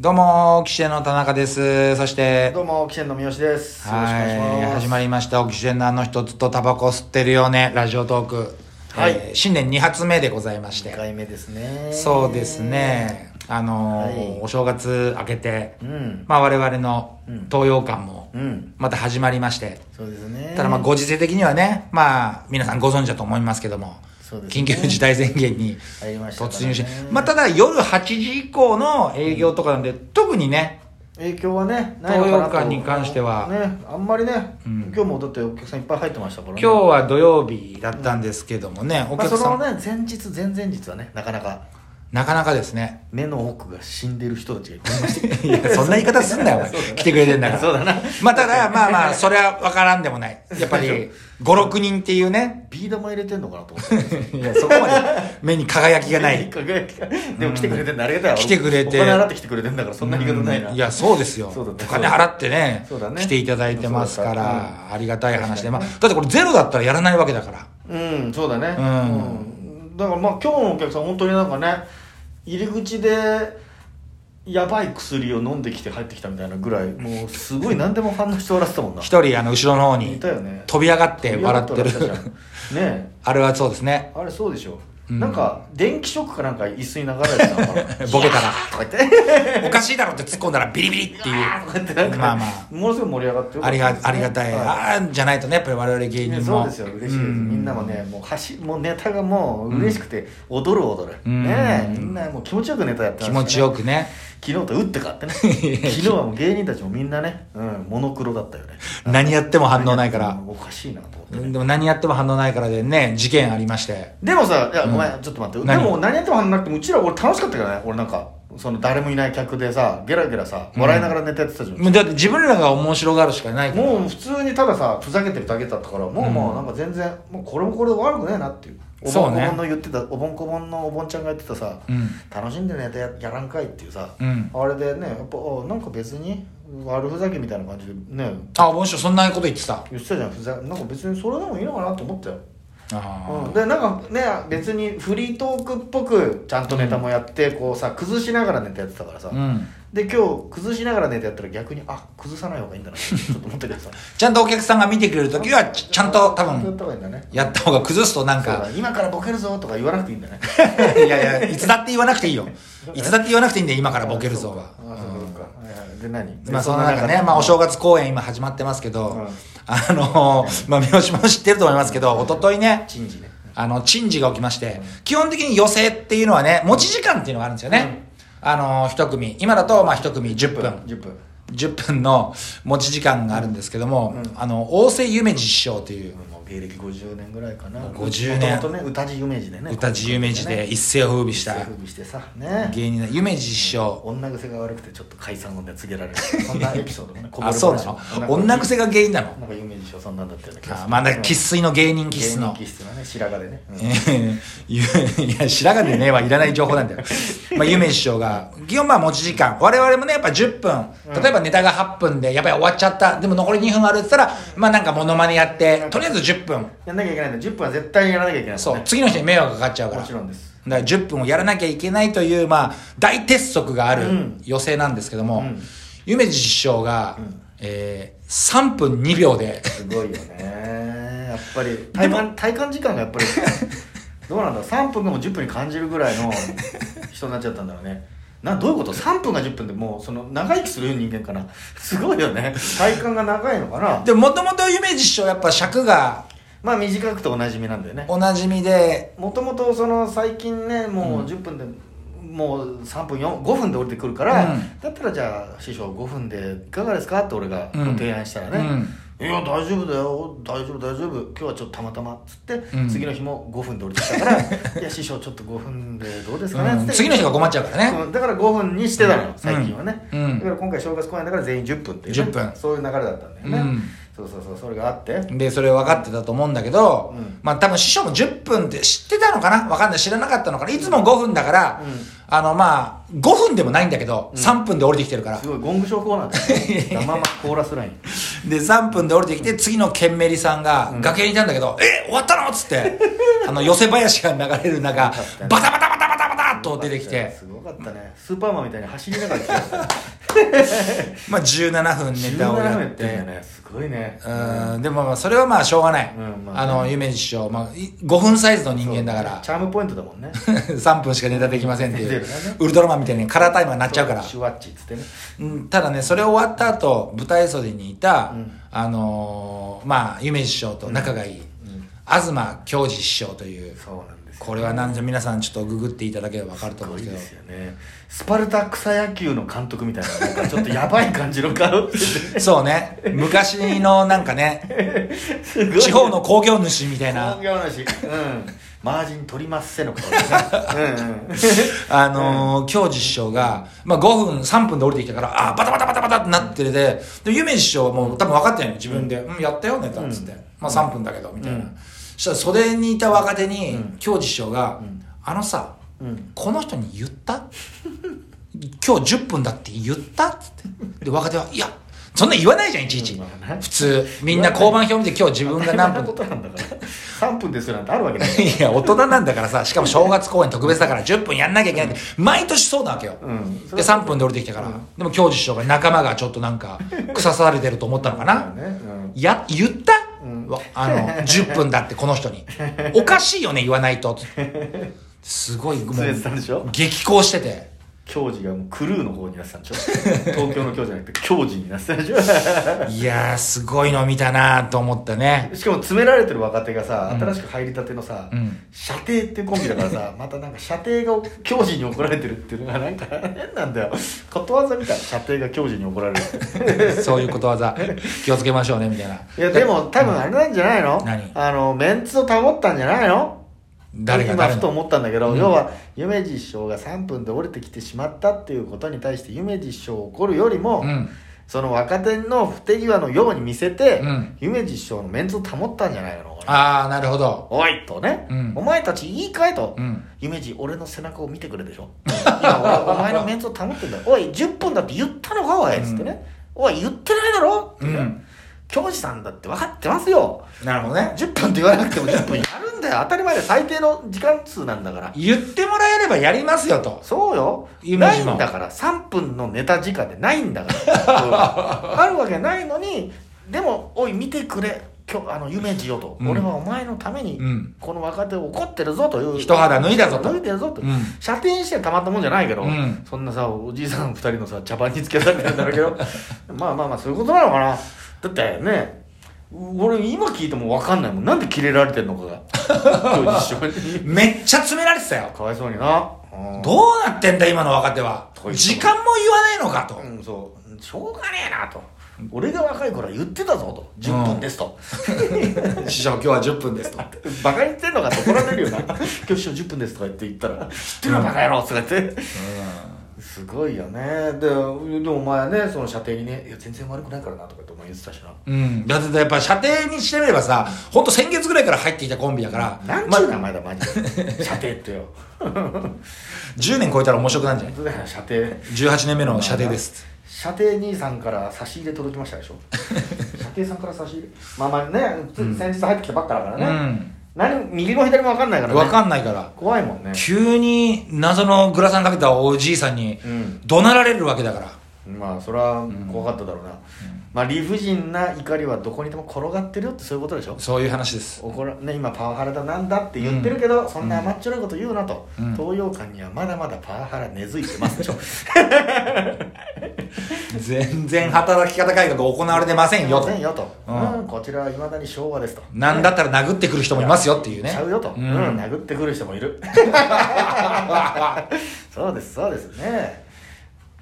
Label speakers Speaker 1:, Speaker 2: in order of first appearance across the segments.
Speaker 1: どうも、オキシエンの田中です。そして、
Speaker 2: どうも、キセンの三好です。よろしくお願いし
Speaker 1: はい、
Speaker 2: ます。
Speaker 1: 始まりました。オキシエンのあの人ずっとタバコ吸ってるよね、ラジオトーク。
Speaker 2: はい
Speaker 1: えー新年2発目でございまし
Speaker 2: 二
Speaker 1: て。
Speaker 2: 回目ですね。
Speaker 1: そうです。ね。あのー
Speaker 2: はい
Speaker 1: お正月明けて、
Speaker 2: うん。
Speaker 1: まあ我々の
Speaker 2: うん
Speaker 1: 東洋館も
Speaker 2: うん。
Speaker 1: また始まりまして。
Speaker 2: そうですね。
Speaker 1: ただまあご時世的にはね、まあ皆さんご存知だと思いますけども、
Speaker 2: そうですね
Speaker 1: 緊急事態宣言に
Speaker 2: ありましたからね
Speaker 1: 突入し、まあただ夜8時以降の営業とかなんで、特にね、
Speaker 2: 影響はね、ないの
Speaker 1: 東
Speaker 2: かなと
Speaker 1: 洋館に関しては
Speaker 2: ね、あんまりね、
Speaker 1: うん
Speaker 2: 今日もだってお客さんいっぱい入ってましたからね。
Speaker 1: 今日は土曜日だったんですけどもね、お
Speaker 2: まあ、
Speaker 1: 客
Speaker 2: そ
Speaker 1: さ
Speaker 2: の
Speaker 1: ん、
Speaker 2: ね、前日、前々日はね、なかなか
Speaker 1: なかなかですね
Speaker 2: 目の奥が死んでる人たちがいっぱいいま したよ。
Speaker 1: いやそんな言い方すんな よお前来てくれてんだから
Speaker 2: そうだな
Speaker 1: まあただまあまあそれは分からんでも ないやっぱり56人っていうね
Speaker 2: ビー玉入れてんのかなと思って。
Speaker 1: いやそこまで目に輝きがな い
Speaker 2: でも来てくれてんだ、ありがたいわ
Speaker 1: 来てくれて
Speaker 2: お金払って来てくれてんだから、そんな言い方ないな。
Speaker 1: うんいやそうですよ
Speaker 2: そうだった
Speaker 1: お金払ってね
Speaker 2: そうだね
Speaker 1: 来ていただいてますか
Speaker 2: そうだっ
Speaker 1: らありがたい話で、
Speaker 2: 確か
Speaker 1: まあ
Speaker 2: にね
Speaker 1: だってこれゼロだったらやらないわけだから
Speaker 2: うんそうだね
Speaker 1: う
Speaker 2: うんん、だからまあ今日のお客さん本当になんかね入り口でやばい薬を飲んできて入ってきたみたいなぐらいもうすごい何でも反応して笑ってたもんな
Speaker 1: 一人あの後ろの方に
Speaker 2: いたよね
Speaker 1: 飛び上がって笑ってる
Speaker 2: いやだらさじゃんねえ
Speaker 1: あれはそうですね
Speaker 2: あれそうでしょ、
Speaker 1: うん
Speaker 2: なんか電気ショックかなんか椅子に流れてたのか な
Speaker 1: ボケたら
Speaker 2: とか言って
Speaker 1: おかしいだろって突っ込んだらビリビリっていう
Speaker 2: あーとか言ってなん か、
Speaker 1: まあまあ
Speaker 2: ものすごい盛り上がってよか
Speaker 1: あ
Speaker 2: っ
Speaker 1: り
Speaker 2: た
Speaker 1: が
Speaker 2: ですね
Speaker 1: ありがたい、
Speaker 2: は
Speaker 1: あーじゃないとねやっぱり我々芸人も、
Speaker 2: ねそうですよ嬉しいです、
Speaker 1: うん
Speaker 2: みんなもねもうはしもうネタがもう嬉しくて踊る踊る、
Speaker 1: うん
Speaker 2: ねえみんなもう気持ちよくネタやって
Speaker 1: 気
Speaker 2: ます
Speaker 1: 持ちよくね
Speaker 2: 昨日と打って変わってね昨 日はもう芸人たちもみんなね、うん、モノクロだったよね
Speaker 1: 何やっても反応ないから
Speaker 2: おかしいなと思って
Speaker 1: で
Speaker 2: ね、
Speaker 1: も何やっても反応ないからでね事件ありまして
Speaker 2: でもさいや
Speaker 1: うん
Speaker 2: ごめん、ちょっと待ってで
Speaker 1: 何
Speaker 2: も何やっても話なくてもうちら俺楽しかったからね俺なんかその誰もいない客でさゲラゲラさ笑いながらネタやってたじゃん、
Speaker 1: もうだって自分らが面白がるしかないから
Speaker 2: もう普通にたださふざけてるだけだったからもうもうなんか全然、もうこれもこれで悪くねえなっていうおぼ
Speaker 1: そうん
Speaker 2: こ
Speaker 1: ね
Speaker 2: ぼんの言ってた、おぼんこぼんのおぼんちゃんが言ってたさ、
Speaker 1: うん
Speaker 2: 楽しんでネタややらんかいっていうさ、
Speaker 1: うん
Speaker 2: あれでねやっぱあなんか別に悪ふざけみたいな感じでね
Speaker 1: あ面白いそんなこと言ってた
Speaker 2: 言ってたじゃんふざなんか別にそれでもいいのかなと思ったよ、
Speaker 1: あ
Speaker 2: うん、
Speaker 1: ー
Speaker 2: でなんかね別にフリートークっぽくちゃんとネタもやって、こうさ崩しながらネタやってたからさ、
Speaker 1: うん
Speaker 2: で今日崩しながらネタやったら逆にあ崩さない方がいいんだなってちょっと思ったけどさ
Speaker 1: ちゃんとお客さんが見てくれる時はちちゃんと多分
Speaker 2: た方がいいんだね
Speaker 1: やった方が崩すとなん
Speaker 2: そう
Speaker 1: か
Speaker 2: だ今からボケるぞとか言わなくて いいんだね
Speaker 1: いやいやいつだって言わなくていいよいつだって言わなくていいんで今からボケるぞは
Speaker 2: あそうかあそうかそうかはいはいで何
Speaker 1: まあ、その中ね、まあ、お正月公演今始まってますけど、
Speaker 2: うん
Speaker 1: あのーまあ、三好も知ってると思いますけど、一昨日ね、
Speaker 2: チンジね
Speaker 1: あの、珍事が起きまして、基本的に寄席っていうのはね、持ち時間っていうのがあるんですよね。あのー一組、今だと、まあ、一組10分、
Speaker 2: 10分
Speaker 1: 10分の持ち時間があるんですけども、
Speaker 2: うん
Speaker 1: あの、大瀬夢二師匠という、
Speaker 2: もう芸歴50年ぐらいかな
Speaker 1: 50年
Speaker 2: もともとね歌地有名人でね
Speaker 1: 歌自由名人で
Speaker 2: 一
Speaker 1: 一世を風靡し
Speaker 2: 世
Speaker 1: た
Speaker 2: 風靡してさね
Speaker 1: 芸人の夢二師匠。
Speaker 2: 女癖が悪くてちょっと解散をね告げられるそんなエピソードもねこ ぼ
Speaker 1: あ、
Speaker 2: れ
Speaker 1: そうな
Speaker 2: 話も
Speaker 1: の女癖が原因なの
Speaker 2: なんか有名人賞そんなんだったような気がす
Speaker 1: あ
Speaker 2: る
Speaker 1: まあ、だ生粋の芸人
Speaker 2: うん
Speaker 1: 気質の
Speaker 2: 芸人。気質のね白髪でねうん
Speaker 1: えー いや、白髪でねえはいらない情報なんだよ。まあ、ゆめ師匠が、基本まあ持ち時間。我々もね、やっぱ10分。例えばネタが8分で、やばい終わっちゃった。でも残り2分あるって言ったら、まあなんかモノマネやって、とりあえず10分。
Speaker 2: やんなきゃいけないんだ10分は絶対やらなきゃいけない
Speaker 1: そう。
Speaker 2: ね
Speaker 1: 次の人に迷惑かかっちゃうから。
Speaker 2: もちろんです
Speaker 1: だから10分をやらなきゃいけないという、まあ、大鉄則がある
Speaker 2: うん
Speaker 1: 予定なんですけど
Speaker 2: う
Speaker 1: も
Speaker 2: ん、
Speaker 1: ゆめじ師匠が、えー3分2秒で、
Speaker 2: すごいよねやっぱり体感体感時間がやっぱりどうなんだ3分がもう10分に感じるぐらいの人になっちゃったんだろうねなどういうこと3分が10分でもうその長生きする人間かなすごいよね体感が長いのかな
Speaker 1: でもともとゆめじ師匠やっぱ尺が
Speaker 2: まあ短くておなじみなんだよね
Speaker 1: おなじみで、
Speaker 2: もともとその最近ねもう10分で、もう3分4 5分で降りてくるから、
Speaker 1: うん
Speaker 2: だったらじゃあ師匠5分でいかがですかって俺が
Speaker 1: うん
Speaker 2: 提案したらね、いや大丈夫だよ大丈夫大丈夫今日はちょっとたまたまっつって、
Speaker 1: うん
Speaker 2: 次の日も5分で降りてきたから 「いや師匠ちょっと5分でどうですかね」っつ
Speaker 1: う
Speaker 2: っ
Speaker 1: ん
Speaker 2: て
Speaker 1: 次の日が困っちゃうからね
Speaker 2: そうだから5分にしてたのよ
Speaker 1: うん
Speaker 2: 最近はね、
Speaker 1: うん
Speaker 2: だから今回正月公演だから全員10分っていう、ね、
Speaker 1: 10分
Speaker 2: そういう流れだったんだよね、
Speaker 1: うん
Speaker 2: そうそうそうそれがあって
Speaker 1: でそれ分かってたと思うんだけど、
Speaker 2: うん
Speaker 1: まあ多分師匠も10分って知ってたのかな分かんない知らなかったのかないつも5分だから、
Speaker 2: うん
Speaker 1: あのまあ5分でもないんだけど、
Speaker 2: うん
Speaker 1: 3分で降りてきてるから
Speaker 2: すごいゴングショーコーナ ーだよ、ね、生まコーラスライン
Speaker 1: で3分で降りてきて次のケンメリさんが崖にいたん だけど「え終わったの?」っつってあの寄せ林が流れる中
Speaker 2: かったね
Speaker 1: バタバタバタバタバタと出てきて
Speaker 2: すごかったねスーパーマンみたいに走りながら来た
Speaker 1: まあ17分 ネタを
Speaker 2: 17
Speaker 1: や
Speaker 2: や
Speaker 1: っ
Speaker 2: っててんだよねすごいね
Speaker 1: うんでもまあそれはまあしょうがない、
Speaker 2: うんまあ
Speaker 1: あの夢師匠、まあ、い5分サイズの人間だから
Speaker 2: チャームポイントだもんね
Speaker 1: 3分しかネタできませんってい
Speaker 2: 出
Speaker 1: う、
Speaker 2: るからね
Speaker 1: ウルトラマンみたいにカラータイマーになっちゃうから
Speaker 2: シュワッチっつってね
Speaker 1: うんただねそれ終わった後舞台袖にいた、
Speaker 2: うん
Speaker 1: あのーまあ夢師匠と仲がいい、
Speaker 2: うん
Speaker 1: 東京二師匠という
Speaker 2: そうなんですよ
Speaker 1: これは何じゃ皆さんちょっとググっていただければ分かると
Speaker 2: す
Speaker 1: 思う
Speaker 2: ご
Speaker 1: ん
Speaker 2: い
Speaker 1: で
Speaker 2: ですす
Speaker 1: け
Speaker 2: よねスパルタ草野球の監督みたいななんかちょっとやばい感じの顔して
Speaker 1: どそうね昔のなんか ね
Speaker 2: てすごい
Speaker 1: 地方の工業主みたいな
Speaker 2: 本業主うんマージン取りますせの顔ですねうんうん
Speaker 1: あのー、京二師匠が、まあ、5分、3分で降りてきたから、あーバタバタバタバタってなってるで、で、ゆめ師匠はもう多分分かってないの、自分で。うん、やったよ、ネタ、つって。まあ、3分だけど、みたいな。
Speaker 2: うん
Speaker 1: そしたら、袖にいた若手に
Speaker 2: うん、
Speaker 1: 京二師匠が、
Speaker 2: ん
Speaker 1: あのさ、
Speaker 2: うん
Speaker 1: この人に言った今日10分だって言ったつって。で、若手は、いや、そんな言わないじゃん、いちいち
Speaker 2: 言わな。い
Speaker 1: 普通、みんな交番表見て今日自分が何分
Speaker 2: こ。となんだから3分ですよなんてあるわけない
Speaker 1: いや、大人なんだからさ、しかも正月公演特別だから10分やんなきゃいけないって、毎年そうなわけよ。
Speaker 2: うん
Speaker 1: で、3分で降りてきたから。でも、教授師匠が仲間がちょっとなんか、腐されてると思ったのかな。
Speaker 2: ねうん
Speaker 1: や、言った、
Speaker 2: うん
Speaker 1: わあの、10分だってこの人 に。おかしいよね、言わないと。すごい、も
Speaker 2: 連れてたんでしょ
Speaker 1: 激高してて。
Speaker 2: 教授がもうクルーの方になってたんでし ょ東京の教授じゃなくて教授になってたん でしょ
Speaker 1: いやー、すごいの見たなと思ったね。
Speaker 2: しかも詰められてる若手がさ新しく入りたてのさ、
Speaker 1: うん
Speaker 2: 射程っていうコンビだからさ またなんか射程が教授に怒られてるっていうのがなんか変なんだよことわざみたいな射程が教授に怒られるって
Speaker 1: そういうことわざ、気をつけましょうね、みたいな。
Speaker 2: いやでも多分あれなんじゃないの、
Speaker 1: 何
Speaker 2: あのメンツを保ったんじゃないの
Speaker 1: 誰が
Speaker 2: 今
Speaker 1: 誰
Speaker 2: ふと
Speaker 1: の
Speaker 2: 思ったんだけど、
Speaker 1: うん
Speaker 2: 要は夢二師匠が3分で降りてきてしまったっていうことに対して夢二師匠を怒るよりも、
Speaker 1: うん。
Speaker 2: その若手の不手際のように見せて、
Speaker 1: うん
Speaker 2: 夢二師匠のメンツを保ったんじゃないの
Speaker 1: あー、なるほど。
Speaker 2: おいとね、
Speaker 1: うん
Speaker 2: お前たちいいかいと、
Speaker 1: うん。
Speaker 2: 夢二俺の背中を見てくれでしょ今俺はお前のメンツを保ってんだよ おい10分だって言ったのかおいつってね、おい言ってないだろってね、
Speaker 1: うん
Speaker 2: 教師さんだって分かってますよ
Speaker 1: なるほどね。
Speaker 2: 10分って言わなくても10分やるんだよ当たり前で最低の時間数なんだから
Speaker 1: 言ってもらえればやりますよと。
Speaker 2: そうよ
Speaker 1: 夢
Speaker 2: ない
Speaker 1: 二も
Speaker 2: んだから3分のネタ時間でないん だからあるわけないのにでもおい見てくれ今日あの夢二よと、
Speaker 1: うん
Speaker 2: 俺はお前のために、
Speaker 1: うん
Speaker 2: この若手を怒ってるぞという
Speaker 1: 一肌脱いだぞと
Speaker 2: 脱いでるぞと、
Speaker 1: うん
Speaker 2: 射程してたまったもんじゃないけど、
Speaker 1: うん
Speaker 2: そんなさおじいさん二人のさ茶番につけられてるんだろうけど まあまあまあそういうことなのかなだってね俺今聞いても分かんないもんなんでキレられてんのか が今日一緒に
Speaker 1: めっちゃ詰められてたよ。
Speaker 2: かわいそうになうん
Speaker 1: どうなってんだ今の若手は
Speaker 2: こ。いつ
Speaker 1: 時間も言わないのかと。
Speaker 2: うん、そうしょうがねえなと俺が若い頃は言ってたぞと10分ですと、
Speaker 1: 師匠今日は10分ですと。
Speaker 2: バカにしてんのかって怒られるよな 今日師匠10分ですとか言って言ったら知ってるのバカ野郎とか言ってすごいよねででもお前はねその射程にね「いや全然悪くないからな」とかってお前言ってたしな
Speaker 1: うん。だってやっぱ射程にしてみればさ、ほんと先月ぐらいから入っていたコンビだから、
Speaker 2: なんちゅう名前だマジで射程ってよ 本
Speaker 1: 10年超えたら面白くなんじゃない
Speaker 2: 当だよ射程
Speaker 1: ?18 年目の射程です。
Speaker 2: 射程兄さんから差し入れ届きましたでしょ射程さんから差し入れまあまあね普通に先日入ってきたばっかだから
Speaker 1: う
Speaker 2: ね、
Speaker 1: ん。
Speaker 2: 何右も左も分かんないからね
Speaker 1: わかんないから。
Speaker 2: 怖いもんね
Speaker 1: 急に謎のグラサンかけたおじいさんに
Speaker 2: うん
Speaker 1: 怒鳴られるわけだから。
Speaker 2: まあそれは怖かっただろうな、まあ理不尽な怒りはどこにでも転がってるよってそういうことでしょ
Speaker 1: そういう話です。
Speaker 2: 怒ら、ね、今パワハラだなんだって言ってるけど、そんな甘っちょろいこと言うなと、
Speaker 1: うん
Speaker 2: 東洋館にはまだまだパワハラ根付いてま すでしょ
Speaker 1: 全然働き方改革行われてませんよ
Speaker 2: ま
Speaker 1: と
Speaker 2: せ。んよと、
Speaker 1: うん
Speaker 2: うんこちらはいまだに昭和ですと
Speaker 1: なんだったら殴ってくる人もいますよっていうね。
Speaker 2: ちゃうよと、うん
Speaker 1: ん
Speaker 2: 殴ってくる人もいる そうですそうですね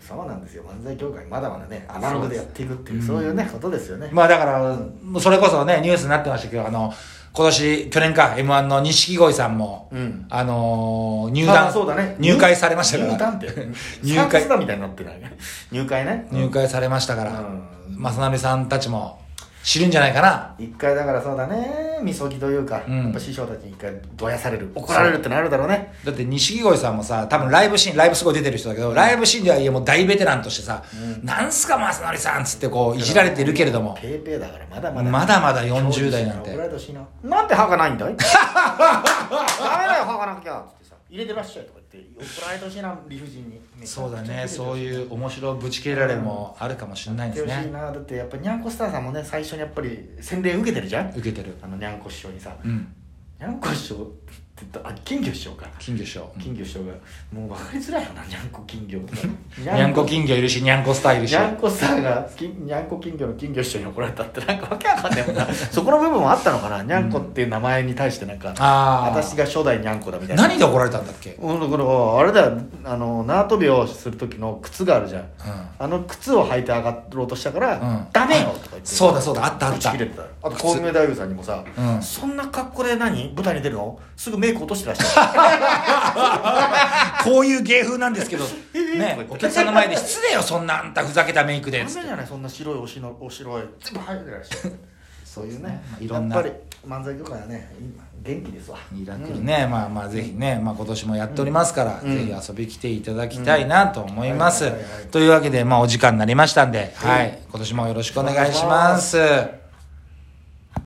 Speaker 2: そうなんですよ漫才協会まだまだねアナログでやっていくっていうそういうね、ことですよね、
Speaker 1: まあだから、それこそね、ニュースになってましたけど、あの、今年、去年か、M1 の錦鯉さんも、
Speaker 2: うん
Speaker 1: あのー入
Speaker 2: あ
Speaker 1: 団、
Speaker 2: そうだね
Speaker 1: 入会されました
Speaker 2: 入
Speaker 1: から、
Speaker 2: 団って
Speaker 1: 入
Speaker 2: 入
Speaker 1: 会
Speaker 2: 会だみたいになってないね入会ね
Speaker 1: 入会されましたから、
Speaker 2: うん
Speaker 1: 正成さんたちも知るんじゃないかな。
Speaker 2: 一回だからそうだねみそぎというか、
Speaker 1: うん
Speaker 2: やっぱ師匠たちに一回どやされる怒られるってなるだろうね
Speaker 1: だって錦鯉さんもさ、多分ライブシーン、ライブすごい出てる人だけど、ライブシーンではいえもう大ベテランとしてさ、なんすか正成さんっつってこう、いじられてるけれども、
Speaker 2: ペーペーだからまだまだ
Speaker 1: まだまだ40代なんて
Speaker 2: 怒ら れてほしいななんで歯がないんだいダメだよ歯がなきゃっつってさ入れてらっしゃいとか言ってって怒られてほしいな理不尽に
Speaker 1: そうだねそういう面白ぶち切れられもあるかもしれない
Speaker 2: やっ
Speaker 1: で
Speaker 2: て
Speaker 1: す
Speaker 2: ほしい
Speaker 1: ね
Speaker 2: なだってやっぱにゃんこスターさんもね最初にやっぱり洗礼受けてるじゃん
Speaker 1: 受けてる
Speaker 2: あのにゃんこ師匠にさ
Speaker 1: うん
Speaker 2: にゃんこ師匠って言ったあ金魚師匠か
Speaker 1: 金魚師匠
Speaker 2: 金魚師匠がもう分かりづらいよなにゃんこ金魚と か
Speaker 1: にゃんこ
Speaker 2: に
Speaker 1: 金魚いるしにゃんこスターいるし
Speaker 2: ゃんこさんがきにゃんこ金魚の金魚師匠に怒られたってなんかわけわかんないも んなそこの部分もあったのかなにゃんこっていう名前に対してなんか、
Speaker 1: ああ
Speaker 2: 私が初代にゃんこだみたいな
Speaker 1: 何で怒られたんだっけうん
Speaker 2: うんだからあれだよあの縄跳びをする時の靴があるじゃんあの靴を履いて上がろうとしたから「
Speaker 1: うん
Speaker 2: ダメよ!」とか言って
Speaker 1: そうだそうだあったあった
Speaker 2: 打ち切れてたあとコウメ太夫さんにもさ、
Speaker 1: うん
Speaker 2: そんな格好で何舞台に出るのすぐメイク落としてらっしゃる
Speaker 1: こういう芸風なん ですけど
Speaker 2: とか言
Speaker 1: ね
Speaker 2: っ
Speaker 1: お
Speaker 2: て
Speaker 1: 客さんの前で失礼よそんなあんたふざけたメイクで
Speaker 2: ダ
Speaker 1: つっ
Speaker 2: メ
Speaker 1: て
Speaker 2: じゃないそんな白いおしのお白い全部入ってらっしゃるそういうね
Speaker 1: まあいろんな
Speaker 2: やっぱり漫才業界はね今元気ですわ
Speaker 1: ミラクルね、まあまあぜひね、まあ、今年もやっておりますから、
Speaker 2: うん
Speaker 1: ぜひ遊びに来ていただきたいなと思います、
Speaker 2: うんはいはいはいはい
Speaker 1: というわけで、まあ、お時間になりましたんで、はい、今年もよろしくお願いします